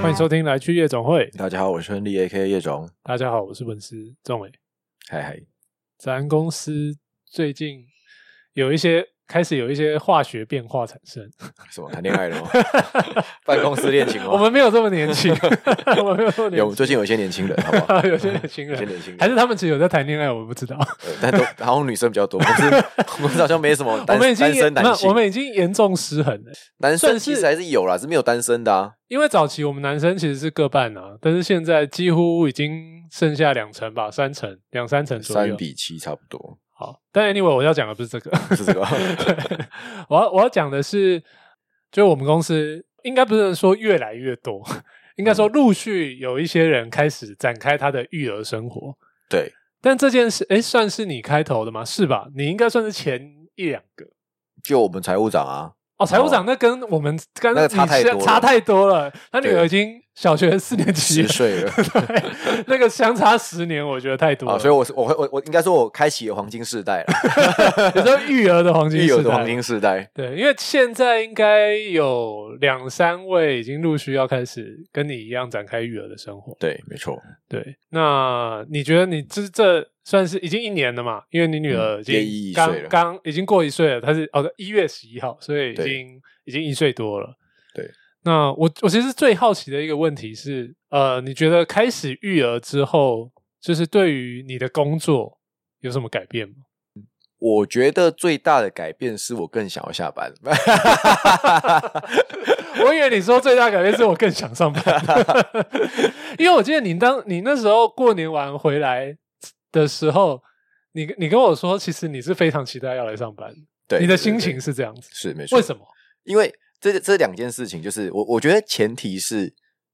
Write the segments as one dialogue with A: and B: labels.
A: 欢迎收听《来去夜总会》，
B: 大家好，我是亨利 A.K. 叶总，
A: 大家好，我是文思仲伟。
B: 嗨嗨，
A: 咱公司最近有一些开始有一些化学变化产生，
B: 什么谈恋爱 了吗？办公室恋情吗？
A: 我们没有这么年轻，啊 我们没有这么年
B: 有
A: 轻，
B: 最近有一些年轻人，好不 好？
A: 有些年轻
B: 有些
A: 人，
B: 年轻人，
A: 还是他们其实有在谈恋爱，我不知道。
B: 呃但都好像女生比较多，我 们是我们是好像没什么
A: 我
B: 单
A: 们已经
B: 单
A: 严
B: 身
A: 那
B: 男
A: 我
B: 性，
A: 们已经严重失衡了，
B: 男
A: 算
B: 生
A: 是
B: 其实还是有啦，只是没有单身的啊。
A: 因为早期我们男生其实是各半啊，但是现在几乎已经剩下两成吧，三成两三成左
B: 三
A: 右。
B: 比七差不多，
A: 好，但 anyway 我要讲的不是这个，
B: 是 这个
A: 对， 我要我要讲的是，就我们公司应该不是说越来越多，应该
B: 嗯
A: 说陆续有一些人开始展开他的育儿生活。
B: 对，
A: 但这件事，哎，算是你开头的吗？是吧？你应该算是前一两个
B: 就我们财务长啊，
A: 哦。财务长，那跟我们跟
B: 那个差
A: 你
B: 太
A: 是
B: 多了
A: 差太多了。他女
B: 对
A: 儿已经小学四年级
B: 十
A: 了，
B: 岁了
A: 对，啊那个相差十年，我觉得太多了。
B: 啊，所以我是我会我我应该说我开启了黄金世代了，
A: 有时候育儿的黄金
B: 育
A: 时
B: 友的
A: 代
B: 黄金世代，
A: 对，因为现在应该有两三位已经陆续要开始跟你一样展开育儿的生活。
B: 对，没错，
A: 对，那你觉得你这这算是已经一年了嘛？因为你女儿已
B: 嗯也一
A: 经
B: 一
A: 刚、
B: 岁了
A: 刚已经过一岁了，她是哦一月十一号，所以已
B: 对
A: 经已经一岁多了。
B: 对，
A: 那我我其实最好奇的一个问题是，呃，你觉得开始育儿之后，就是对于你的工作有什么改变吗？
B: 我觉得最大的改变是我更想要下班。
A: 我以为你说最大改变是我更想上 班，因为我记得你当你那时候过年完回来的时候，你你跟我说，其实你是非常期待要来上班，
B: 对，
A: 你的
B: 对
A: 心
B: 对
A: 情是这样子，
B: 是没错。
A: 为什么？
B: 因为这这两件事情，就是我我觉得前提是，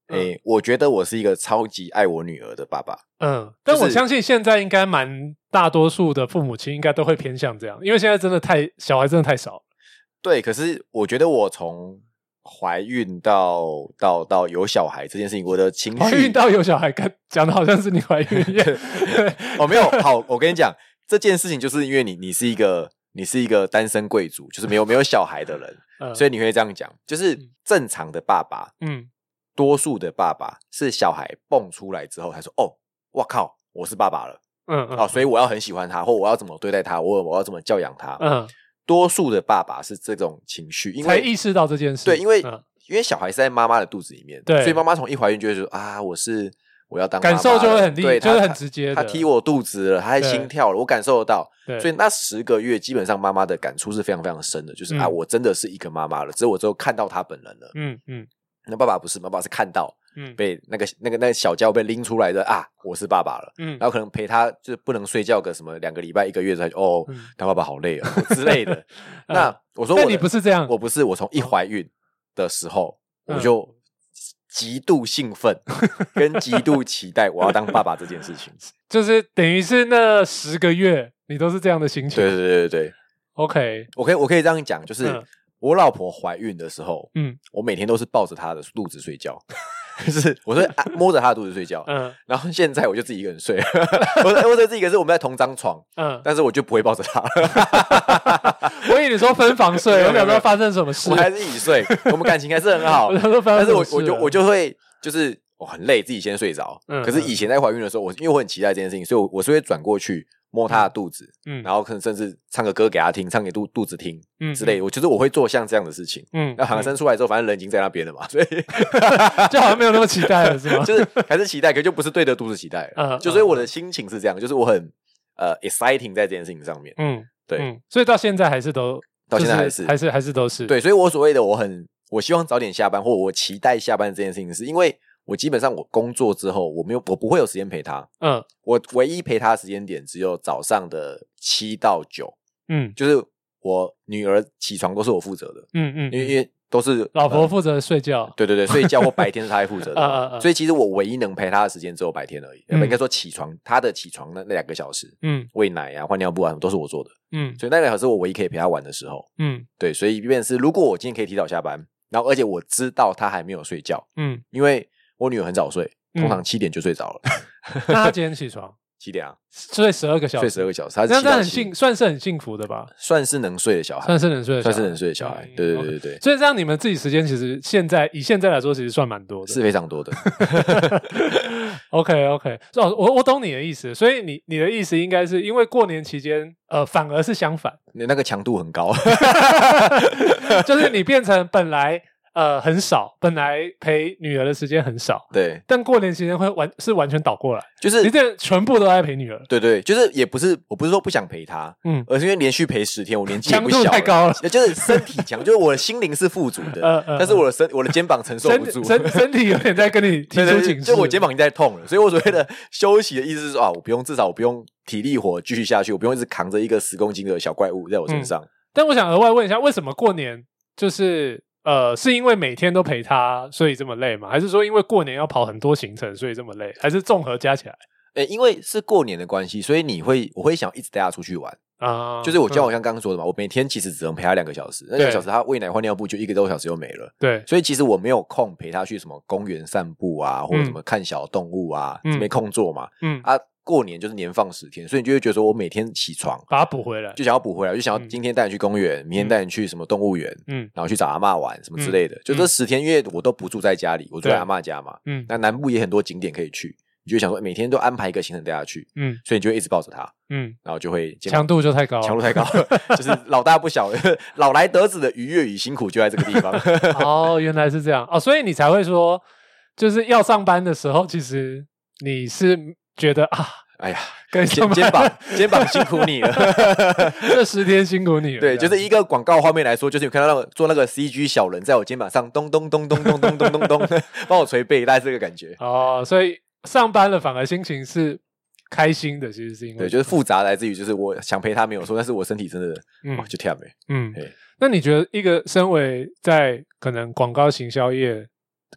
A: 嗯
B: 诶、我觉得我是一个超级爱我女儿的爸爸。
A: 嗯，但
B: 就是
A: 我相信现在应该蛮大多数的父母亲应该都会偏向这样，因为现在真的太小孩真的太少了，
B: 对，可是我觉得我从怀孕到到到有小孩这件事情，我的情绪
A: 怀孕到有小孩，跟讲的好像是你怀孕一样，对
B: 哦没有好，我跟你讲这件事情，就是因为你你是一个你是一个单身贵族，就是没有没有小孩的人，
A: 嗯
B: 所以你会这样讲，就是正常的爸爸，
A: 嗯，
B: 多数的爸爸是小孩蹦出来之后，他说：“哦，我靠，我是爸爸了。”
A: 嗯嗯
B: 哦，所以我要很喜欢他，或我要怎么对待他，我我要怎么教养他。
A: 嗯，
B: 多数的爸爸是这种情绪，因
A: 才
B: 为
A: 意识到这件事，
B: 对，因为、
A: 嗯
B: 因为小孩是在妈妈的肚子里面，
A: 对
B: 所以妈妈从一怀孕就会说啊，我是我要当妈妈
A: 感
B: 了
A: 受就会很厉，
B: 对，
A: 就是
B: 他
A: 很直接的，
B: 他踢我肚子了，他在
A: 对
B: 心跳了，我感受得到。
A: 对，
B: 所以那十个月，基本上妈妈的感触是非常非常深的，就是、啊，
A: 嗯
B: 我真的是一个妈妈了，只有我之后看到他本人了。
A: 嗯嗯
B: 那爸爸不是，爸爸是看到
A: 嗯
B: 被那个那个那个小娇被拎出来的啊，我是爸爸了。
A: 嗯
B: 然后可能陪他就是不能睡觉个什么两个礼拜一个月才哦
A: 嗯，
B: 他爸爸好累哦之 类的。
A: 嗯
B: 那我说我
A: 但
B: 的
A: 你不是这样
B: 我不是我从一怀孕的时候
A: 嗯
B: 我就极度兴 奋跟极度期待我要当爸爸这件事情。
A: 就是等于是那十个月你都是这样的心情。
B: 对对对对对，
A: ，OK，
B: 我可以我可以这样讲，就是
A: 嗯
B: 我老婆怀孕的时候，
A: 嗯
B: 我每天都是抱着她的肚子 睡觉，就是我是啊摸着她的肚子睡觉。
A: 嗯
B: 然后现在我就自己一个人睡， 我我在自己一个人睡，我们在同张床，
A: 嗯，
B: 但是我就不会抱着她了。
A: 我以为你说分房睡，
B: 没有
A: 我
B: 没有
A: 想
B: 没
A: 说
B: 有
A: 发生什么事
B: 我，们还是一起睡，我们感情还是很 好
A: 我。想说发生
B: 但是
A: 什
B: 我
A: 么事啊
B: 我就
A: 了
B: 我就会就是我很累，自己先睡着。
A: 嗯
B: 可是
A: 嗯
B: 以前在怀孕的时候，我因为我很期待这件事情，所以我我是会转过去摸她的肚子，
A: 嗯
B: 然后可能甚至唱个歌给她听，唱给肚肚子听
A: 嗯
B: 之类。我就是我会做像这样的事情。
A: 嗯，
B: 那喊生出来之后，反正人已经在那边了嘛，所以
A: 就好像没有那么期待了，是吗？
B: 就是还是期待，可就不是对着肚子期待
A: 嗯
B: 了。就
A: 嗯
B: 所以我的心情是这样，就是我很呃 exciting 在这件事情上面。
A: 嗯，
B: 对
A: 嗯，所以到现在还是都，
B: 到现在
A: 就
B: 还是
A: 还是还是都是，
B: 对，所以我所谓的我很我希望早点下班，或我期待下班这件事情，是因为我基本上我工作之后，我没有我不会有时间陪他。
A: 嗯
B: 我唯一陪他的时间点只有早上的七到九，
A: 嗯
B: 就是我女儿起床都是我负责的，
A: 嗯嗯
B: 因为
A: 嗯，
B: 因为都是
A: 老婆
B: 呃
A: 负责睡觉，
B: 对对对，睡觉或白天是她在负责的
A: 啊啊啊
B: 嘛， 所以其实我唯一能陪她的时间只有白天而已，呃
A: 嗯
B: 应该说起床，她的起床那那两个小时，
A: 嗯
B: 喂奶啊、换尿布啊都是我做的，
A: 嗯
B: 所以那两个小时我唯一可以陪她玩的时候，
A: 嗯
B: 对，所以便是如果我今天可以提早下班，然后而且我知道她还没有睡觉，
A: 嗯，
B: 因为我女儿很早睡，通
A: 嗯
B: 常七点就睡着了。
A: 那他几点起床？
B: 几点啊？
A: 睡十二个小
B: 睡
A: 时，
B: 十二个小时，他是
A: 那
B: 七
A: 这样
B: 到
A: 很
B: 七
A: 幸，，算是很幸福的吧？
B: 算是能睡的小 孩
A: 算，是能睡的小
B: 算
A: 孩，
B: 是能睡的小孩。
A: 嗯
B: 对对
A: OK
B: 对对对，
A: 所以这样你们自己时间其实现在以现在来说，其实算蛮多的。
B: 是非常多的。
A: OK OK，哦，我我懂你的意思，所以你你的意思应该是因为过年期间，呃，反而是相 反，
B: 那那个强度很高，
A: 就是你变成本来呃很少，本来陪女儿的时间很少，
B: 对，
A: 但过年期间会完是完全倒过来，
B: 就
A: 你
B: 是
A: 这全部都在陪女儿，
B: 对对，就是也不是，我不是说不想陪他，
A: 嗯，
B: 而是因为连续陪十天，我年纪也
A: 强
B: 不
A: 度
B: 小
A: 太高了，
B: 了，就是身体强，就是我的心灵是富足的，
A: 呃呃，
B: 但是我的身我的肩膀承受不
A: 身
B: 住，
A: 身身体有点在跟你提
B: 对
A: 出
B: 对
A: 警
B: 对，
A: 示，
B: 就我肩膀在痛了，所以我所 谓的休息的意思是说啊，我不用至少我不用体力活继续下去，我不用一直扛着一个十公斤的小怪物在我
A: 嗯
B: 身上。
A: 但我想额外问一下，为什么过年就是呃，是因为每天都陪他，所以这么累吗？还是说因为过年要跑很多行程，所以这么累？还是综合加起来
B: 诶，因为是过年的关系，所以你会我会想一直带他出去玩，
A: 啊？
B: 就是我就像
A: 教
B: 我像刚刚说的嘛，我每天其实只能陪他两个小时，那
A: 对
B: 两个小时他喂奶换尿布就一个多小时就没了。
A: 对
B: 所以其实我没有空陪他去什么公园散步啊，或者
A: 嗯
B: 什么看小动物啊，
A: 嗯
B: 没空做嘛。
A: 嗯，
B: 啊，过年就是年放十天，所以你就会觉得说我每天起床
A: 把它补回来。
B: 就想要补回来，就想要
A: 嗯
B: 今天带你去公园，明天带你去什么动物园，
A: 嗯
B: 然后去找阿嬷玩什么之类的。就这十天，因为我都不住在家里，我住在阿嬷家嘛，
A: 嗯
B: 那南部也很多景点可以去，你就会想说每天都安排一个行程带他去，
A: 嗯
B: 所以你就会一直抱着他，
A: 嗯，
B: 然后就会肩
A: 强
B: 膀
A: 度就太高了，
B: 强度太高， 就是老大不小，老来得子的愉悦与辛苦就在这个地方。
A: 哦，原来是这样哦，所以你才会说，就是要上班的时候，其实你是觉得啊，
B: 哎呀，
A: 跟上
B: 肩
A: 班
B: 肩膀肩膀辛苦你 了。
A: 这十天辛苦你了。
B: 对，就
A: 这
B: 是
A: 样
B: 一个广告画面来说，就是你看到那个做那个 CG 小人在我肩膀上咚咚咚咚咚咚咚咚咚， 帮我捶背，大概是这个感觉。
A: 哦，所以上班了反而心情是开心的，其实是因为
B: 对，就是复杂来自于就是我想陪他没有错，但是我身体真的
A: 嗯
B: 哇就跳没。
A: 嗯
B: 嘿，
A: 那你觉得一个身为在可能广告行销业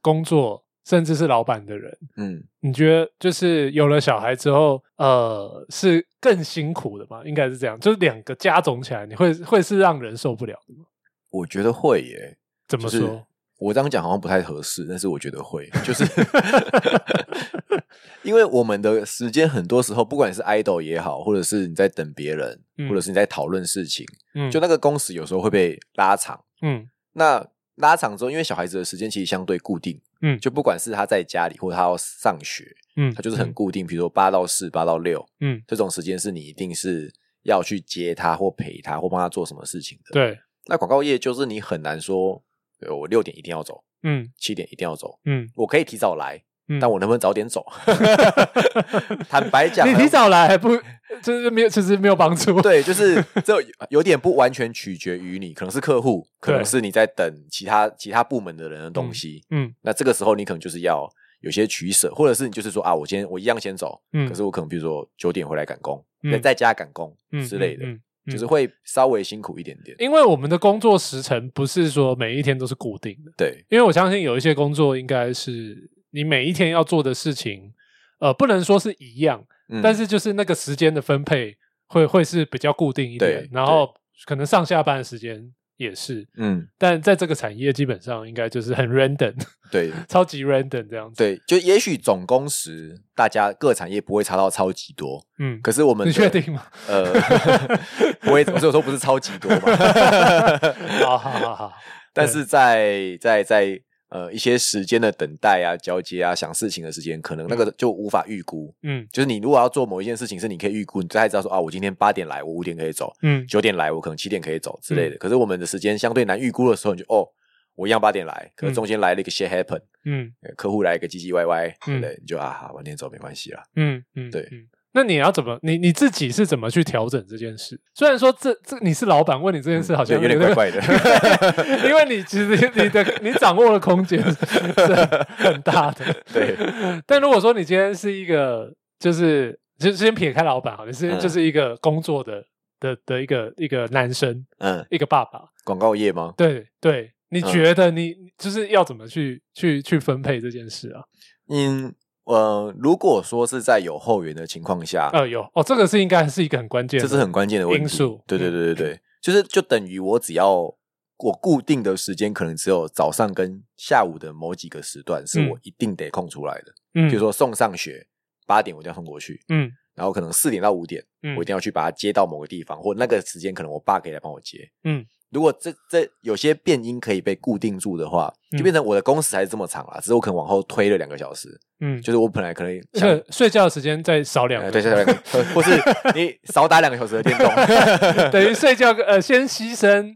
A: 工作，甚至是老板的人，
B: 嗯，
A: 你觉得就是有了小孩之后，呃，是更辛苦的吗？应该是这样，就是两个加总起来，你会会是让人受不了的吗？
B: 我觉得会耶。
A: 怎么
B: 就是
A: 说？
B: 我这样讲好像不太合适，但是我觉得会，就是 因为我们的时间很多时候，不管是 idol 也好，或者是你在等别人，
A: 嗯
B: 或者是你在讨论事情，
A: 嗯，
B: 就那个工时有时候会被拉长。
A: 嗯
B: 那拉长之后，因为小孩子的时间其实相对固定，
A: 嗯
B: 就不管是他在家里或者他要上学，
A: 嗯，
B: 他就是很固定，比如说八到四、八到六
A: 嗯，
B: 这种时间是你一定是要去接他或陪他或帮他做什么事情的。，
A: 对，
B: 那广告业就是你很难说，呃我六点一定要走，
A: 嗯
B: 七点一定要走，
A: 嗯
B: 我可以提早来，
A: 嗯，
B: 但我能不能 早点走？ 坦白讲，
A: 你提早来还不就是没有，其实没有帮助。
B: 对，就是这有有点不完全取决于你，可能是客户，可能
A: 对
B: 是你在等其他其他部门的人的东西。
A: 嗯
B: 那这个时候你可能就是要有些取舍，或者是你就是说啊，我今天我一样先走，
A: 嗯，
B: 可是我可能比如说九点回来赶工，
A: 嗯
B: 在在家赶工
A: 嗯
B: 之类的，
A: 嗯嗯嗯
B: 就是会稍微辛苦一点点。
A: 因为我们的工作时程不是说每一天都是固定的，
B: 对，
A: 因为我相信有一些工作应该是你每一天要做的事情，呃，不能说是一样，
B: 嗯
A: 但是就是那个时间的分配会会是比较固定一点
B: 对，
A: 然后可能上下班的时间也是，
B: 嗯，
A: 但在这个产业基本上应该就是很 random，
B: 对。
A: 超级 random 这样子。
B: 对，就也许总工时大家各产业不会差到超级多，
A: 嗯，
B: 可是我们
A: 你
B: 的
A: 确？定 吗？
B: 呃，不会，我是有说不是超级多嘛，
A: 好好好好，
B: 但
A: 对
B: 是在在在呃一些时间的等待啊、交接啊、想事情的时间，可能那个就无法预估。
A: 嗯
B: 就是你如果要做某一件事情，是你可以预估，你大概知道说啊，我今天八点来，我五点可以走；
A: 嗯
B: 九点来，我可能七点可以走之类的。可是我们的时间相对难预估的时候，你就哦，我一样八点来，可是中间来了一个 shit happen，、
A: 嗯
B: 呃客户来一个唧唧歪歪，
A: 嗯
B: 对不对？你就啊，好晚点走没关系啦。
A: 嗯嗯，
B: 对
A: 嗯那你要怎么？你你自己是怎么去调整这件事？虽然说这这你是老板问你这件事，好像
B: 嗯有点怪怪的
A: 因为你其实你的你掌握的空间是很大的。
B: 对，
A: 但如果说你今天是一个，就是就先撇开老板好了，你是、
B: 嗯
A: 就是一个工作的的的一个一个男生，
B: 嗯，
A: 一个爸爸，
B: 广告业吗？
A: 对对，你
B: 嗯
A: 觉得你、就是要怎么去去去分配这件事啊？
B: 嗯。呃，如果说是在有后援的情况下，
A: 呃，有哦，这个是应该是一个很关键
B: 啊这
A: 的，
B: 是很关键的问题
A: 因素嗯
B: 对对对对对，就是就等于我只要我固定的时间，可能只有早上跟下午的某几个时段是
A: 嗯
B: 我一定得空出来的。
A: 嗯，
B: 比如说送上学八点我就要送过去，
A: 嗯
B: 然后可能四点到五点，
A: 嗯
B: 我一定要去把它接到某个地方，或那个时间可能我爸可以来帮我接。
A: 嗯，
B: 如果这这有些变音可以被固定住的话，
A: 嗯
B: 就变成我的工时还是这么长啦，只是我可能往后推了两个小时，
A: 嗯，
B: 就是我本来可能想。
A: 是睡觉的时间再少两
B: 呃
A: 个，
B: 对，下两个，或是你少打两个小时的电 动，
A: 等于睡觉呃先牺牲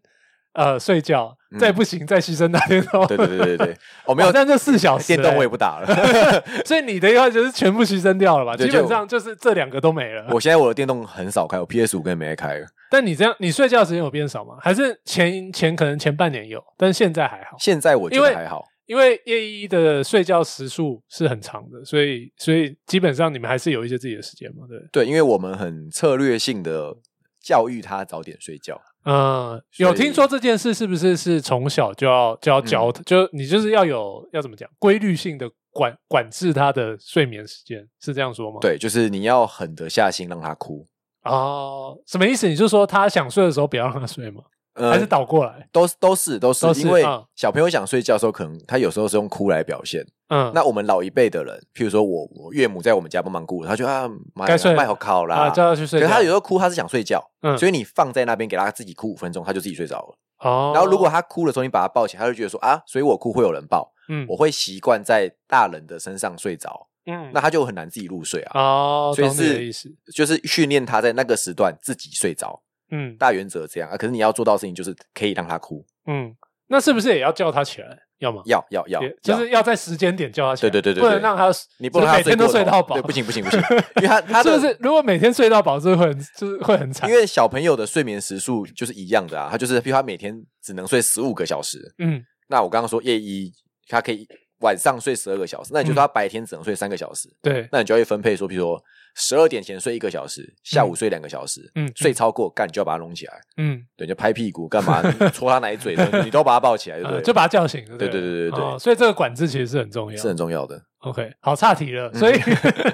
A: 呃睡觉，
B: 嗯
A: 再不行再牺牲打哦电动。
B: 对对对对对，我没有
A: 哦那就四小时
B: 电动我也
A: 欸
B: 不打了。
A: 所以你的话就是全部牺牲掉了吧？
B: 对
A: 基
B: 就
A: 本上就是这两个都没了。
B: 我现在我的电动很少开，我 PS 五跟没在开了。
A: 但你这样，你睡觉时间有变少吗？还是前前可能前半年有，但是现在还好，
B: 现在我觉
A: 因
B: 得
A: 为
B: 还好，
A: 因为夜一的睡觉时数是很长的，所以所以基本上你们还是有一些自己的时间嘛，对不对？
B: 对，因为我们很策略性的教育他早点睡觉。
A: 嗯，
B: 所以嗯
A: 有听说这件事是不是是从小就要就要教，他，就你就是要有要怎么讲规律性的管管制他的睡眠时间，是这样说吗？
B: 对，就是你要狠得下心让他哭，
A: 哦，什么意思？你是说他想睡的时候不要让他睡吗？
B: 呃
A: 还是倒过来？
B: 都是都是都是
A: 都，是
B: 因为
A: 嗯
B: 小朋友想睡觉的时候，可能他有时候是用哭来表现。
A: 嗯，
B: 那我们老一辈的人，譬如说我我岳母在我们家帮忙顾，他就啊，妈
A: 该睡了
B: 麦好考
A: 啊，
B: 啦。
A: 叫他去睡
B: 可
A: 觉。
B: 是他有时候哭，他是想睡觉，
A: 嗯
B: 所以你放在那边给他自己哭五分钟，他就自己睡着了。
A: 哦，
B: 然后如果他哭的时候，你把他抱起来，他就觉得说啊，所以我哭会有人抱，
A: 嗯
B: 我会习惯在大人的身上睡着，
A: 嗯
B: 那他就很难自己入睡啊。
A: 哦，
B: 所以
A: 懂你的
B: 是
A: 意思，
B: 就是训练他在那个时段自己睡着，
A: 嗯
B: 大原则这样啊。可是你要做到的事情就是可以让他哭，
A: 嗯，那是不是也要叫他起来？要吗？
B: 要要要
A: 也，就
B: 要
A: 是要在时间点叫他起来，
B: 对对对对
A: 不能
B: 对
A: 让他
B: 你不能让他
A: 每天
B: 过
A: 都睡
B: 头
A: 到饱，
B: 对，不行不行不行，因 为他他
A: 是
B: 的
A: 不是？如果每天睡到饱，是会很就是会很 惨
B: 因。为小朋友的睡眠时数就是一样的啊，他就是譬如他每天只能睡十五个小时，
A: 嗯
B: 那我刚刚说夜一他可以晚上睡十二个小时，那你就说
A: 嗯
B: 他白天只能睡三个小时，
A: 对，
B: 那你就会分配说，譬如说十二点前睡一个小时，下午睡两个小时，
A: 嗯嗯
B: 睡超过干你就要把他弄起来，
A: 嗯，
B: 对，你就拍屁股干 嘛，戳他奶嘴，你都把他抱起来，对不
A: 呃
B: 对？
A: 就把他叫醒了。
B: 对对对对对
A: 哦所以这个管制其实是很重要。
B: 是很嗯重要的。
A: OK，好，岔题了。所以，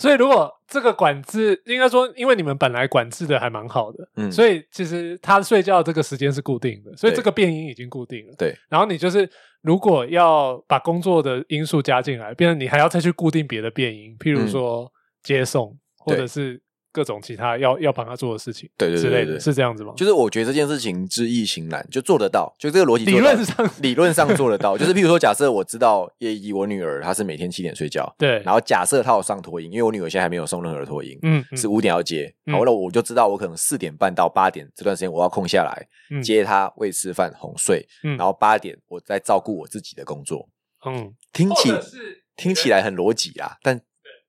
A: 所以如果这个管制，应该说，因为你们本来管制的还蛮好的，
B: 嗯
A: 所以其实他睡觉这个时间是固定的，所以
B: 对
A: 这个变音已经固定了。
B: 对，
A: 然后你就是如果要把工作的因素加进来，变成你还要再去固定别的变音，譬如
B: 嗯
A: 说接送，或
B: 对
A: 者是各种其他要要帮他做的事情，
B: 对对对
A: 之类
B: 对
A: 的，
B: 对
A: 是这样子吗？
B: 就是我觉得这件事情知易行难，就做得到，就这个逻辑做
A: 理
B: 得到
A: 论上，
B: 理论上做得到。 就是譬如说，假设我知道叶一我女儿她是每天七点睡觉，
A: 对，
B: 然后假设她有上托婴，因为我女儿现在还没有送任何的托婴，
A: 嗯，嗯
B: 是五点要接，
A: 嗯
B: 好了，我就知道我可能四点半到八点这段时间我要空下来、
A: 嗯
B: 接她喂吃饭哄睡，
A: 嗯
B: 然后八点我再照顾我自己的工作。
A: 嗯，
B: 听起
A: 或者是
B: 听起来很逻辑啊，但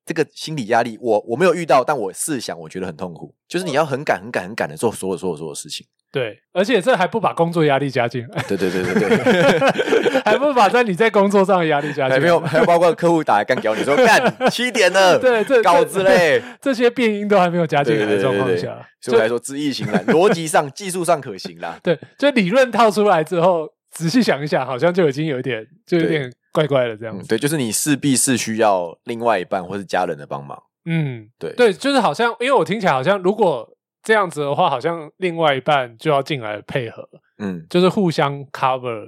B: 这个心理压力我我没有遇到，但我试想我觉得很痛苦，就是你要很赶很赶很赶的做所有所有所有事情。
A: 对，而且这还不把工作压力加进来。
B: 对对对对对。
A: 还不把在你在工作上的压力加进来
B: 还 哎没有，还有包括客户打来干掉你说干七点了，
A: 对这
B: 稿子嘞，
A: 这些变音都还没有加进来的状况
B: 对对对
A: 下，
B: 所以我才说知易行 难，逻辑上、技术上可行啦。
A: 对，就理论套出来之后，仔细想一想，好像就已经有一点，就有
B: 对
A: 点怪怪的这样
B: 嗯，
A: 子。
B: 对，就是你势必是需要另外一半或是家人的帮忙。
A: 嗯，
B: 对
A: 对，就是好像，因为我听起来好像，如果这样子的话，好像另外一半就要进来配合，
B: 嗯，
A: 就是互相 cover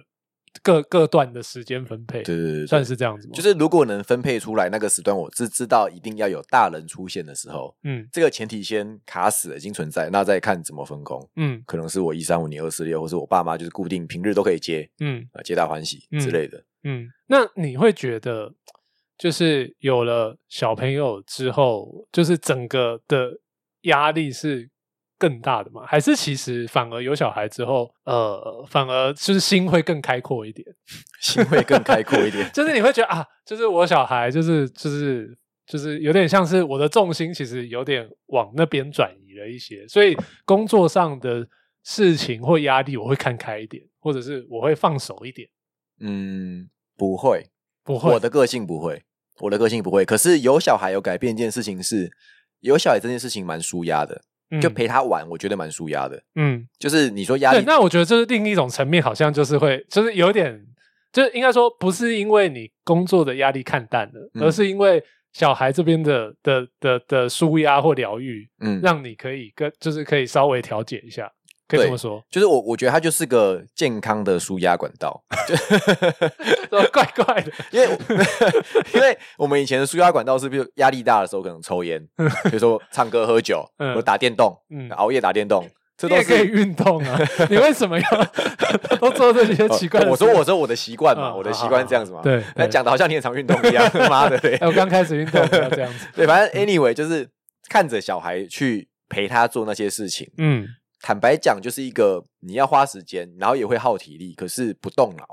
A: 各各段的时间分配，
B: 对对对对，
A: 算是这样子吗？
B: 就是如果能分配出来那个时段，我是知道一定要有大人出现的时候，
A: 嗯
B: 这个前提先卡死了，已经存在，那再看怎么分工。
A: 嗯
B: 可能是我一三五你二四六，或是我爸妈就是固定平日都可以接，
A: 嗯
B: 啊，皆大欢喜之类的。
A: 嗯，那你会觉得，就是有了小朋友之后，就是整个的压力是更大的吗？还是其实反而有小孩之后，呃，反而就是心会更开阔一点？。
B: 心会更开阔一点
A: 就是你会觉得啊，就是我小孩，就是就是就是有点像是我的重心其实有点往那边转移了一些，所以工作上的事情或压力我会看开一点，或者是我会放手一点，
B: 嗯，不会，
A: 不会
B: 我的个性不会，我的个性不会。可是有小孩有改变一件事情是，有小孩这件事情蛮舒压的，就
A: 嗯
B: 陪他玩，我觉得蛮舒压的。
A: 嗯
B: 就是你说压
A: 对，
B: 力，
A: 那我觉得这是另一种层面，好像就是会，就是有点，就是应该说不是因为你工作的压力看淡了，
B: 嗯
A: 而是因为小孩这边的的的的舒压或疗愈，
B: 嗯，
A: 让你可以跟就是可以稍微调节一下。可以这
B: 对
A: 么说，
B: 就是我我觉得它就是个健康的舒压管道，
A: 都怪怪的。
B: 因为 因为我们以前的舒压管道是不是压力大的时候可能抽烟，比如说唱歌、喝酒，
A: 嗯
B: 或打电动，
A: 嗯，
B: 熬夜打电动，哦这
A: 你
B: 都
A: 也可以
B: 是。
A: 运动 啊，你为什么要都做这些奇怪的
B: 哦
A: 事？
B: 我说我说我的习惯嘛，
A: 嗯
B: 我的
A: 好
B: 习
A: 好
B: 惯
A: 好
B: 这样子嘛。
A: 对
B: 那
A: 对
B: 讲的好像你很常运动一样， 妈的，对
A: 哎，我刚开始运动不要这样 子。
B: 对，反正 anyway 就是看着小孩去陪他做那些事情。
A: 嗯，
B: 坦白讲，就是一个你要花时间，然后也会耗体力，可是不动脑。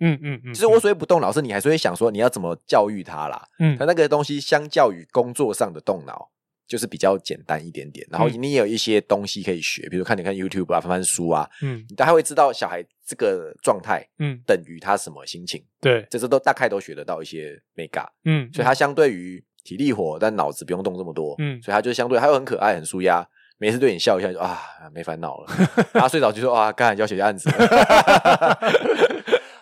A: 嗯嗯嗯，
B: 其实我所谓不动脑，是你还是会想说你要怎么教育他啦。
A: 嗯
B: 他那个东西相较于工作上的动脑，就是比较简单一点点。然后
A: 嗯
B: 你也有一些东西可以学，比如看你看 YouTube 啊，翻翻书啊，
A: 嗯
B: 你大概会知道小孩这个状态
A: 嗯，
B: 等于他什么心情，
A: 对，
B: 这这都大概都学得到一些 mega。
A: 嗯，
B: 所以它相对于体力活，但脑子不用动这么多，
A: 嗯
B: 所以它就相对它又很可爱，很舒压。每次对你笑一下就啊，没烦 恼了。然后睡着就说啊，刚才要写案子了。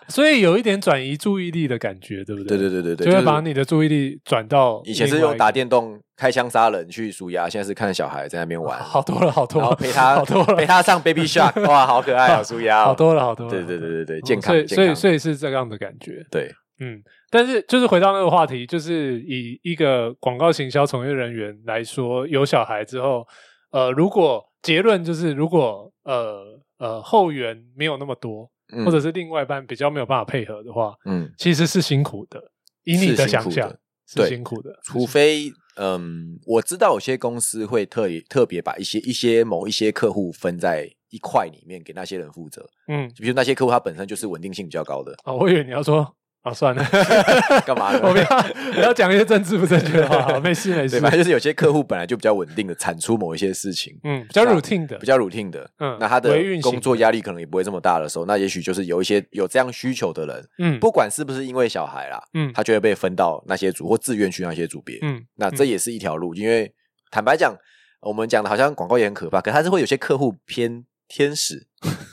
A: 所以有一点转移注意力的感觉，对不
B: 对
A: 对
B: 对对对对，
A: 就
B: 就
A: 会
B: 是
A: 把你的注意力转到
B: 以前是
A: 另外
B: 用
A: 一
B: 打
A: 个
B: 电动、开枪杀人去舒压，现在是看小孩在那边玩，
A: 哦好多了，好多
B: 然后
A: 了，
B: 陪他
A: 好多了，
B: 陪他上 Baby Shark，哇，好可爱啊，舒压 哦，
A: 好多了，好多了。
B: 对。对对对对，健
A: 嗯
B: 康
A: 所以所
B: 健
A: 以
B: 康，
A: 所以是这样的感觉，
B: 对
A: 嗯，但是就是回到那个话题，就是以一个广告行销从业人员来说，有小孩之后，呃，如果结论就是如果呃呃后援没有那么多，
B: 嗯
A: 或者是另外一半比较没有办法配合的话，
B: 嗯，
A: 其实是辛苦的。以你的
B: 是辛苦
A: 想象
B: 的，
A: 是
B: 对
A: 辛苦的，
B: 除非嗯，我知道有些公司会特特别把一些一些某一些客户分在一块里面给那些人负责，
A: 嗯，，
B: 比如那些客户他本身就是稳定性比较高的
A: 哦，我以为你要说啊，算了，
B: 干嘛呢
A: 我不要不要讲一些政治不正确的话，好没事没
B: 对，
A: 事
B: 反，正 就是有些客户本来就比较稳定的产出某一些事情，
A: 嗯，比较 routine 的，
B: 啊比较 routine 的，
A: 嗯
B: 那他的
A: 微运行的
B: 工作压力可能也不会这么大的时候，那也许就是有一些有这样需求的人，
A: 嗯
B: 不管是不是因为小孩啦，
A: 嗯
B: 他就会被分到那些组或自愿去那些组别，
A: 嗯
B: 那这也是一条路，因为坦白讲，呃我们讲的好像广告也很可怕，可他是会有些客户偏 天使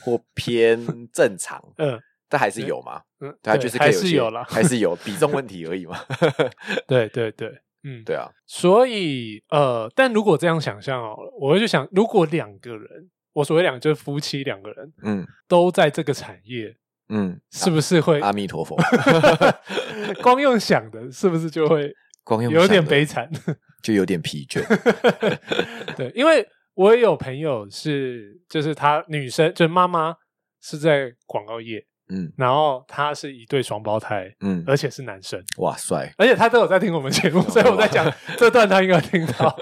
B: 或偏正常，
A: 嗯
B: 但还是有嘛，
A: 嗯，
B: 对，他啊
A: 对
B: 就是可以
A: 还
B: 些
A: 是有啦，
B: 还是有比重问题而已嘛，
A: 对对对，嗯，
B: 对啊，
A: 所以呃，但如果这样想象哦，我会去想，如果两个人，我所谓两个就是夫妻两个人
B: 嗯
A: 都在这个产业，
B: 嗯，
A: 是不是会
B: 阿弥陀佛，
A: 光用想的，是不是就会
B: 光 用
A: 有点
B: 想的
A: 悲惨？
B: 就有点疲倦，
A: 对，因为我也有朋友是，就是她女生，就是妈妈是在广告业，
B: 嗯
A: 然后她是一对双胞胎，
B: 嗯，
A: 而且是男生，
B: 哇帅，
A: 而且他都有在听我们节
B: 哦
A: 目，所以我在 讲这段他应该听到。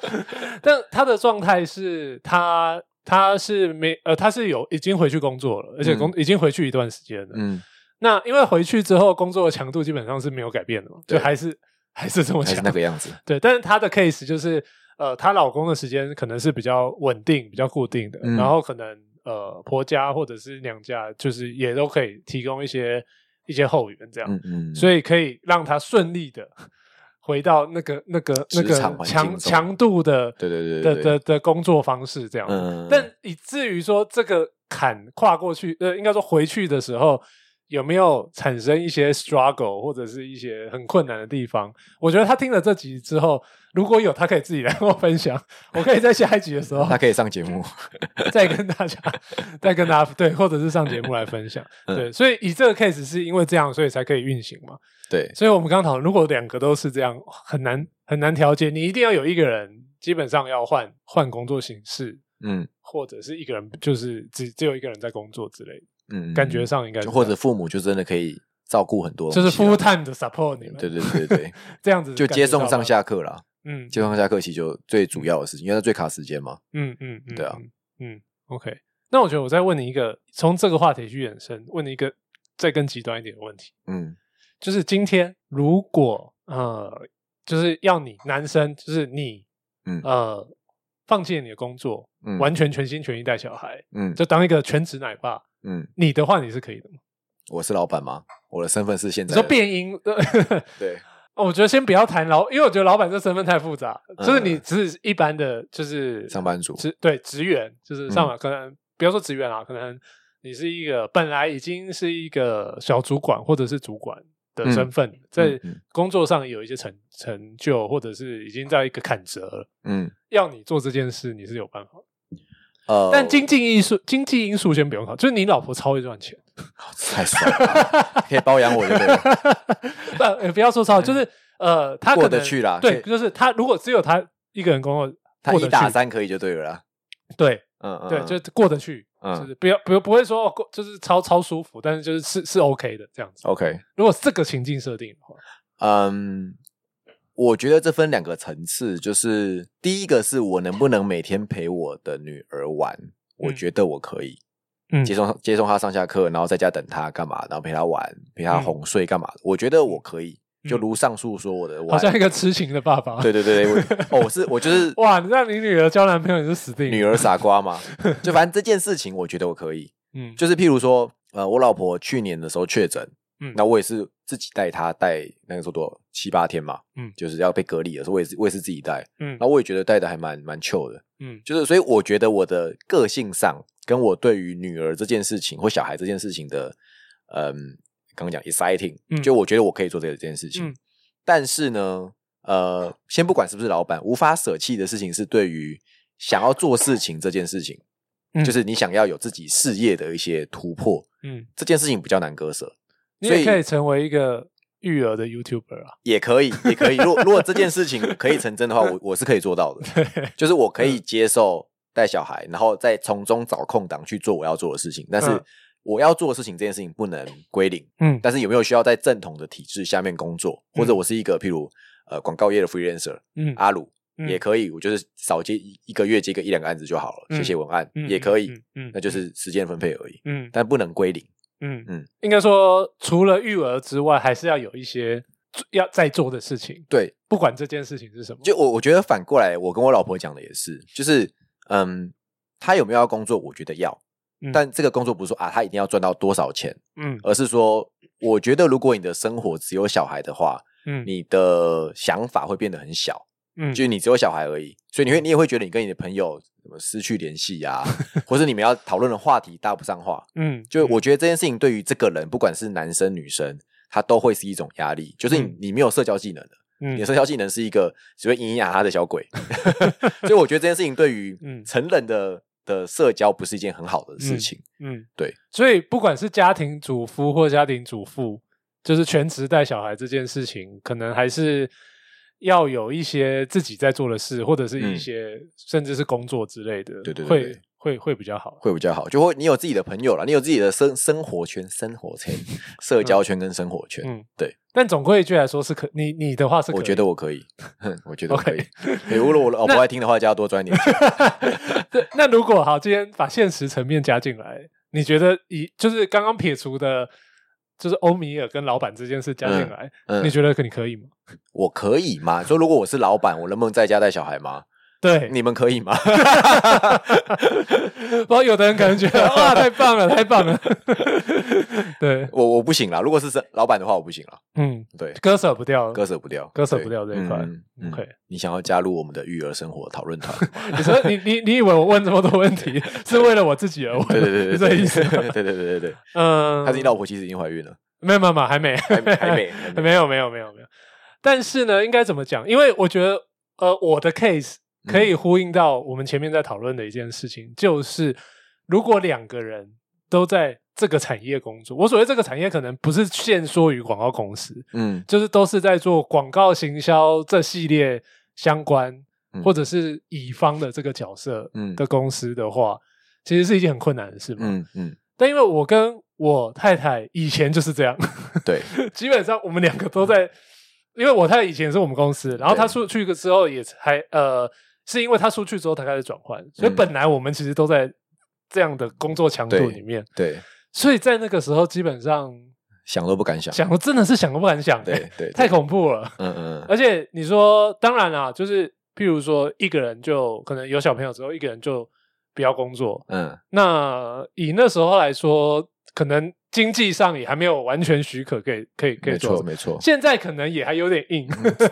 A: 但他的状态是他他是没呃他是有已经回去工作了，而且工、已经回去一段时间了。
B: 嗯，
A: 那因为回去之后工作的强度基本上是没有改变的嘛，就
B: 对
A: 还是还是这么
B: 还是
A: 强
B: 那。个 样子，
A: 对，但是她的 case 就是，呃，她老公的时间可能是比较稳定、比较固定的，
B: 嗯
A: 然后可能呃婆家或者是娘家，就是也都可以提供一些一些后援这样，
B: 嗯嗯，
A: 所以可以让她顺利的 回到那个那个那
B: 职场
A: 个
B: 环境
A: 强
B: 中
A: 强度的
B: 对对对
A: 的
B: 对
A: 的的工作方式这样子。
B: 嗯，
A: 但以至于说这个坎跨过去，呃，应该说回去的时候有没有产生一些 struggle 或者是一些很困难的地方？我觉得他听了这集之后，如果有，他可以自己来跟我分 享，我可以在下一集的时候
B: 他可以上节目，
A: 再跟大 家再跟大家对，或者是上节目来分享。
B: 嗯
A: 对，所以以这个 case 是因为这样，所以才可以运行嘛。
B: 对，
A: 所以我们刚刚讨论，如果两个都是这样，很难很难调节，你一定要有一个人基本上要换换工作形式，
B: 嗯
A: 或者是一个人就是只只有一个人在工作之类的，
B: 嗯，
A: 感觉上应该是
B: 就
A: 这样
B: 或者父母就真的可以照顾很多
A: 就
B: 东
A: 是
B: 西啦，
A: full time 的 support 你们，
B: 对对对对对，
A: 这样子
B: 就
A: 感
B: 接
A: 觉到
B: 送上
A: 吧，
B: 下课啦，
A: 嗯
B: 接送上下课其实就最主要的事情，因为它最卡时间嘛，
A: 嗯嗯嗯，
B: 对啊
A: 嗯，嗯，OK。那我觉得我再问你一个，从这个话题去衍生，问你一个再更极端一点的问题，
B: 嗯
A: 就是今天如果呃，就是要你男生，就是你
B: 嗯
A: 呃，放弃了你的工作，
B: 嗯，
A: 完全全心全意带小孩，
B: 嗯
A: 就当一个全职奶爸，
B: 嗯，
A: 你的话你是可以的吗？
B: 我是老板吗？我的身份是现
A: 你
B: 在
A: 说
B: 的
A: 变音，
B: 对，
A: 哦 我觉得先不要谈老，因为我觉得老板这身份太复杂，
B: 嗯
A: 就是你只是一般的，就是
B: 上班族
A: 职对职员，就是
B: 嗯
A: 上班、可能不要说职员啊，可能你是一个本来已经是一个小主管或者是主管的身份，在
B: 嗯嗯
A: 工作上有一些成成就，或者是已经在一个坎折了，
B: 嗯，
A: 要你做这件事，你是有办法的。
B: 呃，
A: 但经济因素、经济因素先不用考，就是你老婆超会赚钱，
B: 太爽了，可以包养我就对了。嗯
A: 不、 呃不要说超，就是呃，她可能
B: 过得去啦可
A: 对，
B: 以
A: 就是她如果只有她一个人工作，
B: 他
A: 过得
B: 一
A: 去
B: 打，三可以就对了啦。
A: 对
B: 嗯嗯，
A: 对，
B: 嗯
A: 就是过得去，
B: 嗯
A: 就是不要不不会说哦过就是超超舒服，但是就是是是 OK 的这样子。
B: OK。
A: 如果这个情境设定的话，
B: 嗯，我觉得这分两个层次，就是第一个是我能不能每天陪我的女儿玩，我
A: 嗯
B: 觉得我可以。
A: 嗯
B: 接送接送她上下课，然后在家等她干嘛，然后陪她玩，陪她
A: 嗯
B: 哄睡干嘛的？我觉得我可以，就
A: 嗯
B: 如上述说我的
A: 好
B: 玩。
A: 像一个痴情的爸 爸。
B: 对对对对，我哦，我是我就是
A: 哇，你让你女儿交男朋友你是死定了。
B: 女儿傻瓜嘛，就反正这件事情我觉得我可以，
A: 嗯，
B: 就是譬如说，呃，我老婆去年的时候确诊，
A: 嗯
B: 那我也是自己带她带那个时候多少七八天嘛，
A: 嗯
B: 就是要被隔离的时候，我也是我也是自己带，
A: 嗯
B: 然后我也觉得带的还蛮蛮 chill 的，
A: 嗯
B: 就是所以我觉得我的个性上跟我对于女儿这件事情或小孩这件事情的，嗯，刚刚讲 exciting，、
A: 嗯
B: 就我觉得我可以做这件事情，
A: 嗯
B: 但是呢，呃，先不管是不是老板，无法舍弃的事情是对于想要做事情这件事情，
A: 嗯
B: 就是你想要有自己事业的一些突破，
A: 嗯，
B: 这件事情比较难割舍，
A: 你
B: 所
A: 也
B: 以
A: 可以成为一个育儿的 YouTuber 啊。
B: 也可以，也可以。如果如果这件事情可以成真的话，我我是可以做到的，就是我可
A: 嗯
B: 以接受带小孩，然后再从中找空档去做我要做的事情，但是
A: 嗯。
B: 我要做的事情，这件事情不能归零，
A: 嗯
B: 但是有没有需要在正统的体制下面工作，或者我是一个譬如呃广告业的 freelancer，
A: 嗯
B: 阿鲁、
A: 嗯
B: 也可以，我就是少接一一个月接个一两个案子就好了，
A: 嗯
B: 写写文案、
A: 嗯
B: 也可以，
A: 嗯嗯，
B: 那就是时间分配而已，
A: 嗯
B: 但不能归零。
A: 嗯
B: 嗯
A: 嗯，应该说除了育儿之外，还是要有一些做要在做的事情，
B: 对，
A: 不管这件事情是什么。
B: 就我我觉得反过来，我跟我老婆讲的也是，就是嗯，她有没有要工作，我觉得要，
A: 嗯
B: 但这个工作不是说啊，她一定要赚到多少钱，
A: 嗯
B: 而是说，我觉得如果你的生活只有小孩的话，
A: 嗯
B: 你的想法会变得很小。
A: 嗯
B: 就是你只有小孩而已，所以你会你也会觉得你跟你的朋友什么失去联系 呀，或是你们要讨论的话题搭不上话。
A: 嗯，
B: 就我觉得这件事情对于这个人，不管是男生女生，他都会是一种压力，就是你
A: 嗯
B: 你没有社交技能的，你
A: 嗯
B: 的社交技能是一个只会咿咿呀呀的 小鬼，所以我觉得这件事情对于
A: 嗯
B: 成人的的社交不是一件很好的事情。
A: 嗯
B: 对，
A: 所以不管是家庭主夫或家庭主妇，就是全职带小孩这件事情，可能还是。要有一些自己在做的事，或者是一
B: 嗯
A: 些、甚至是工作之类的，
B: 对对对对
A: 会会会比较好。
B: 会比较好，就会你有自己的朋友了，你有自己的生生活圈、生活圈、社交圈跟生活圈，
A: 嗯，
B: 对。
A: 但总归一句来说，是可你你的话是可以，
B: 我觉得我可以，我觉得我可以
A: OK。
B: 对如果我老婆爱听的话，就要多赚 一点钱。
A: 对，那如果好，今天把现实层面加进来，你觉得以就是刚刚撇除的，就是欧米尔跟老板这件事加进来，你
B: 嗯，
A: 觉得可你可以吗？
B: 我可以吗？说如果我是老板，我能不能在家带小孩吗？
A: 对，
B: 你们可以吗？
A: 不过有的人可能觉 得哇，太棒了，太棒了， 对，
B: 我我不行啦，如果是是老板的话，我不行啦。
A: 嗯，
B: 对，
A: 割舍不掉，
B: 割舍不掉，
A: 嗯割舍
B: 对
A: 不掉这一块
B: 嗯嗯
A: OK
B: 你想要加入我们的育儿生活讨 论团？
A: 你说你你你以为我问这么多问 题是为了我自己而问？
B: 对对对对，
A: 是这意思吗？
B: 对对对对对。
A: 嗯，
B: 但是你老婆其实已经怀孕了，
A: 没有没有没有，还没
B: 还还 没还没
A: 没有没有没有没有。但是呢，应该怎么讲？因为我觉得，呃，我的 case 可以呼应到我们前面在讨论的一件事情，就是如果两个人都在这个产业工作，我所谓这个产业，可能不是限缩于广告公司，
B: 嗯，
A: 就是都是在做广告行销这系列相关，
B: 嗯
A: 或者是乙方的这个角色
B: 嗯
A: 的公司的话，其实是一件很困难的事嘛。
B: 嗯嗯，
A: 但因为我跟我太太以前就是这样，
B: 对，
A: 基本上我们两个都在，因为我太太以前是我们公司，然后她
B: 对
A: 出去的之后也还呃，是因为她出去之后她开始转换，所以
B: 嗯
A: 本来我们其实都在这样的工作强度
B: 对
A: 里面，
B: 对，
A: 所以在那个时候基本上
B: 想都不敢想。
A: 想真的是想都不敢想、
B: 对
A: 欸
B: 对，对
A: 太恐呃怖了。
B: 嗯嗯嗯
A: 而且你说，当然啦，就是譬如说一个人就可能有小朋友之后，一个人就不要工作，
B: 嗯，
A: 那以那时候来说，可能经济上也还没有完全许可可以可以可以
B: 没
A: 做
B: 错，没错。
A: 现在可能也还有点硬，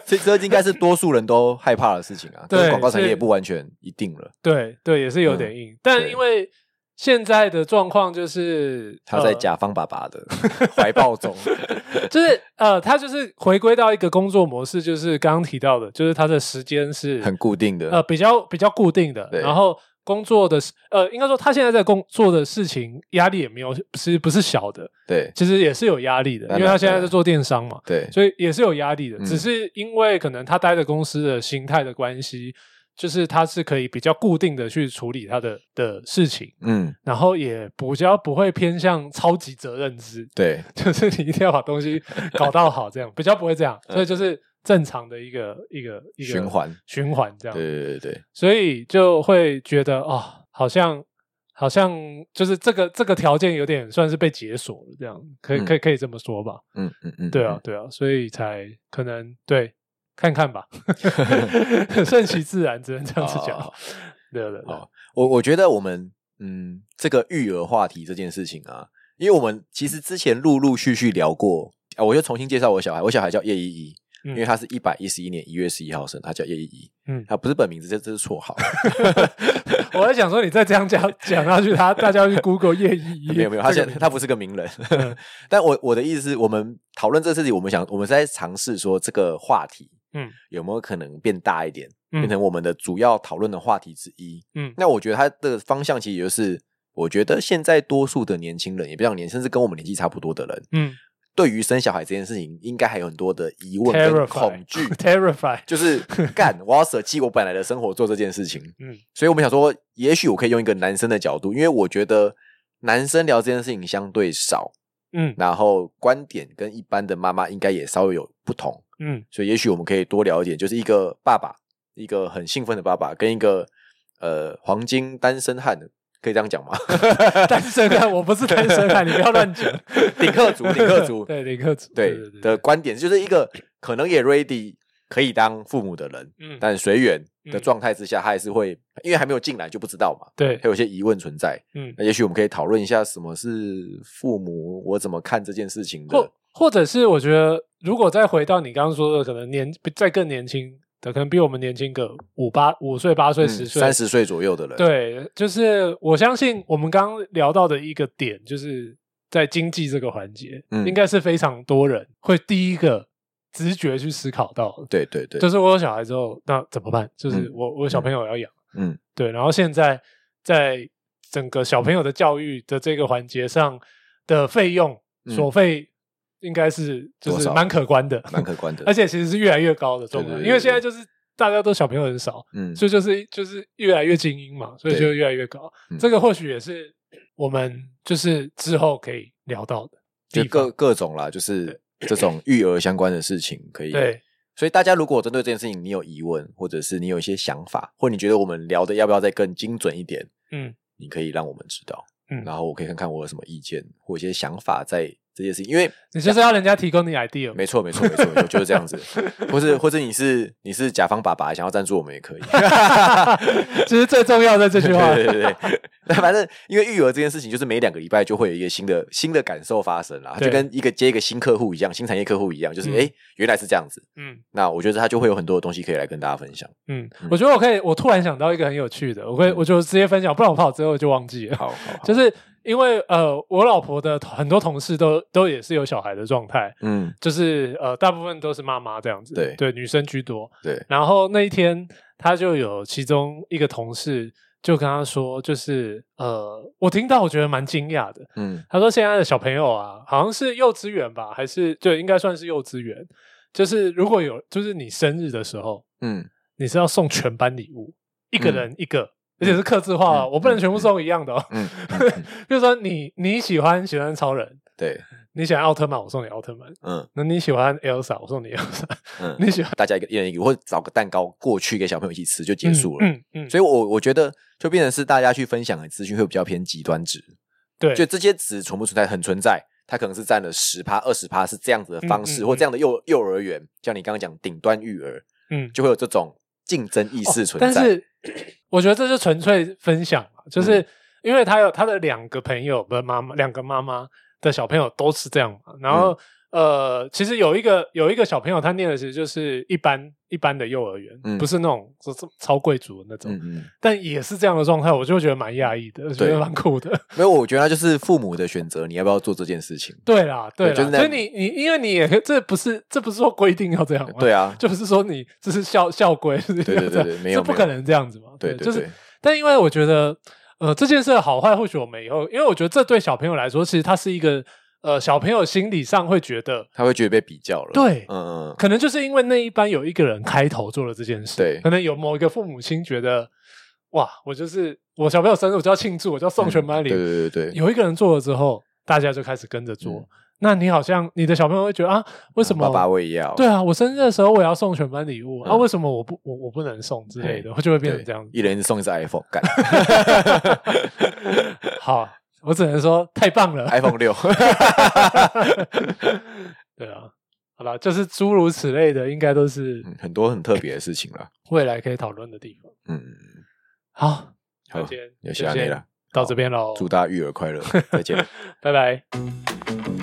B: 这这应该是多数人都害怕的事情啊。
A: 对
B: 但是广告产业
A: 所以
B: 也不完全一定了，
A: 对对，也是有点硬。但
B: 嗯对
A: 因为现在的状况就是
B: 他在、
A: 呃
B: 甲方爸 爸的怀抱中。
A: 就是呃，他就是回归到一个工作模式，就是刚刚提到的，就是他的时间是呃
B: 很固定的。
A: 呃比较比较固定的，
B: 对
A: 然后工作的事，呃，应该说他现在在工作的事情压力也没有，不是不是小的，
B: 对
A: 其实也是有压力的，因为他现在在做电商嘛，
B: 对
A: 所以也是有压力的。
B: 嗯
A: 只是因为可能他待的公司的心态的关系，就是他是可以比较固定的去处理他的的事情，
B: 嗯
A: 然后也比较不会偏向超级责任制，
B: 对，
A: 就是你一定要把东西搞到好，这样比较不会这样，所以就是正常的一个一个一个
B: 嗯循环
A: 循环这
B: 对
A: 样，
B: 对对对，
A: 所以就会觉得哦，好像好像就是这个这个条件有点算是被解锁了，这样可以
B: 嗯
A: 可以可以这么说吧？
B: 嗯嗯嗯，
A: 对啊，对啊，所以才可能对看看 吧，顺其自然，只能这样子讲
B: 好好好。
A: 对啊对对，
B: 好我我觉得我们嗯，这个育儿话题这件事情啊，因为我们其实之前陆陆续续聊过啊，我就重新介绍我小孩，我小孩叫叶依依，
A: 嗯
B: 因为他是一百一十一年一月十一号生，他叫叶依依，
A: 嗯
B: 他不是本名字，这这是绰 号，
A: 我在想说，你再这样 讲讲下去，他大家要去 Google 叶一一，
B: 没有没有，他
A: 这
B: 现
A: 个
B: 在
A: 名
B: 他不是个名人
A: 嗯，
B: 但我我的意思是我们讨论这事情，我们想我们是在尝试说这个话题，
A: 嗯，
B: 有没有可能变大一点，
A: 嗯
B: 变成我们的主要讨论的话题之一？
A: 嗯
B: 那我觉得它的方向其实就是，我觉得现在多数的年轻人，也不讲年，甚至跟我们年纪差不多的人，
A: 嗯
B: 对于生小孩这件事情，应该还有很多的疑问跟恐惧
A: terrify，
B: 就是干，我要舍弃我本来的生活做这件事情。
A: 嗯
B: 所以我们想说，也许我可以用一个男生的角度，因为我觉得男生聊这件事情相对少，
A: 嗯
B: 然后观点跟一般的妈妈应该也稍微有不同，
A: 嗯
B: 所以也许我们可以多聊一点，就是一个爸爸，一个很兴奋的爸爸，跟一个呃黄金单身汉，可以这样讲吗？
A: 单身汉，我不是单身汉，你不要乱讲。
B: 顶客族，顶客 族，
A: 对领克族，
B: 对
A: 对
B: 的观点，就是一个可能也 ready 可以当父母的人，
A: 嗯，
B: 但随缘的
A: 嗯
B: 状态之下，他还是会，因为还没有进来就不知道嘛，
A: 对
B: 还，有一些疑问存在。
A: 嗯，
B: 那也许我们可以讨论一下什么是父母，我怎么看这件事情
A: 或
B: 的。
A: 或者是我觉得，如果再回到你刚刚说的，可能年再更年轻的，可能比我们年轻个五八五岁、八岁、十岁、
B: 嗯三十岁左右的人，
A: 对，就是我相信我们刚刚聊到的一个点，就是在经济这个环节，
B: 嗯
A: 应该是非常多人会第一个直觉去思考到的，
B: 对对对
A: 就是我有小孩之后，那怎么办？就是
B: 嗯
A: 我、我有小朋友要养，
B: 嗯，
A: 对，然后现在在整个小朋友的教育的这个环节上的费用
B: 嗯
A: 所费，应该是就
B: 多
A: 是
B: 少
A: 蛮可观的，
B: 蛮可观的。
A: 而且其实是越来越高的状态，
B: 对对对
A: 因为现在就是大家都小朋友很少，
B: 嗯，
A: 所以就是就是越来越精英嘛，所以
B: 对
A: 就越来越高。
B: 嗯
A: 这个或许也是我们就是之后可以聊到的
B: 就
A: 地
B: 各
A: 方。
B: 各种啦，就是这种育儿相关的事情可以。
A: 对，
B: 所以大家如果针对这件事情你有疑问，或者是你有一些想法，或你觉得我们聊的要不要再更精准一点，
A: 嗯，
B: 你可以让我们知道，
A: 嗯
B: 然后我可以看看我有什么意见或一些想法在这件事情，因为
A: 你就是要人家提供你 idea 嘛。
B: 没错没错没错，没错就是这样 子，或是或者你是你是甲方爸爸想要赞助我们也 可以，
A: 其实最重要的这句话，
B: 对对对对，那反正因为育儿这件事情，就是每两个礼拜就会有一个新的新的感受发生啦，
A: 对
B: 就跟一个接一个新客户一样，新产业客户一样，就是
A: 嗯
B: 哎、诶原来是这样子。
A: 嗯
B: 那我觉得他就会有很多的东西可以来跟大家分享。
A: 嗯，我觉得我可以，我突然想到一个很有趣的，我可以，
B: 嗯
A: 我就直接分享，不然我怕我之后就忘记了。
B: 好好，好
A: 就是因为呃，我老婆的很多同事都都也是有小孩的状态，
B: 嗯，
A: 就是呃，大部分都是妈妈这样子，
B: 对
A: 对，女生居多。
B: 对，
A: 然后那一天，他就有其中一个同事就跟他说，就是呃，我听到我觉得蛮惊讶的。
B: 嗯
A: 他说现在的小朋友啊，好像是幼稚园吧，还是就应该算是幼稚园。就是如果有，就是你生日的时候，
B: 嗯，
A: 你是要送全班礼物，一个
B: 嗯
A: 人一个，而且是客制化、哦，
B: 嗯
A: 我不能全部送一样的、哦。
B: 嗯嗯嗯
A: 比如说你你喜欢喜欢超人，
B: 对，
A: 你喜欢奥特曼，我送你奥特曼；
B: 嗯
A: 那你喜欢 Elsa，我送你 Elsa；
B: 嗯，
A: 你喜欢
B: 大家一个一人一个，或者找个蛋糕过去给小朋友一起吃就结束了。
A: 嗯嗯，嗯
B: 所以我我觉得就变成是大家去分享的资讯会比较偏极端值，
A: 对，
B: 就这些值存不存在，很存在。它可能是占了十趴、二十趴，是这样子的方式，
A: 嗯嗯
B: 或这样的幼幼儿园，像你刚刚讲顶端育儿，
A: 嗯
B: 就会有这种竞争意识存在。
A: 哦
B: 嗯
A: 但是我觉得这是纯粹分享嘛，就是因为他有他的两个朋友，不是妈妈，两个妈妈的小朋友都是这样嘛。然
B: 嗯
A: 后、呃，其实有一个有一个小朋友，他念的其实就是一般一般的幼儿园，
B: 嗯
A: 不是那种是是超贵族的那种，
B: 嗯嗯，
A: 但也是这样的状态，我就觉得蛮讶异的，觉得蛮酷的。
B: 没有，我觉得它就是父母的选择，你要不要做这件事情？
A: 对啦，对啦，
B: 就是那
A: 所以你你因为你也可以这不是这不是说规定要这样嘛，
B: 对啊，
A: 就是说你这是校校规，对
B: 对对对对没有
A: 是不可能这样子嘛。
B: 对
A: 就
B: 对
A: 是
B: 对，
A: 但因为我觉得，呃，这件事的好坏，或许我们以后，因为我觉得这对小朋友来说，其实它是一个，呃，小朋友心理上会觉得，
B: 他会觉得被比较了。
A: 对
B: 嗯，嗯，
A: 可能就是因为那一班有一个人开头做了这件事，
B: 对
A: 可能有某一个父母亲觉得，哇，我就是我小朋友生日，我就要庆祝，我就要送全班礼
B: 嗯对
A: 物。
B: 对对对对，
A: 有一个人做了之后，大家就开始跟着做。
B: 嗯
A: 那你好像你的小朋友会觉得啊，为什么？
B: 爸爸我也要，
A: 对啊，我生日的时候我也要送全班礼物、啊，
B: 嗯
A: 为什么我不我我不能送之类的，
B: 嘿
A: 会就会
B: 对，
A: 变成这样子。
B: 一人送一只 iPhone，干
A: 好，我只能说太棒了。
B: iPhone 六，
A: 对啊，好了，就是诸如此类的，应该都是
B: 嗯很多很特别的事情了。
A: 未来可以讨论的地方。
B: 嗯，
A: 好，
B: 好
A: 那今天，
B: 有
A: 就
B: 谢安内
A: 先
B: 了，
A: 到这边喽，
B: 祝大家育儿快乐，再见。
A: 拜拜。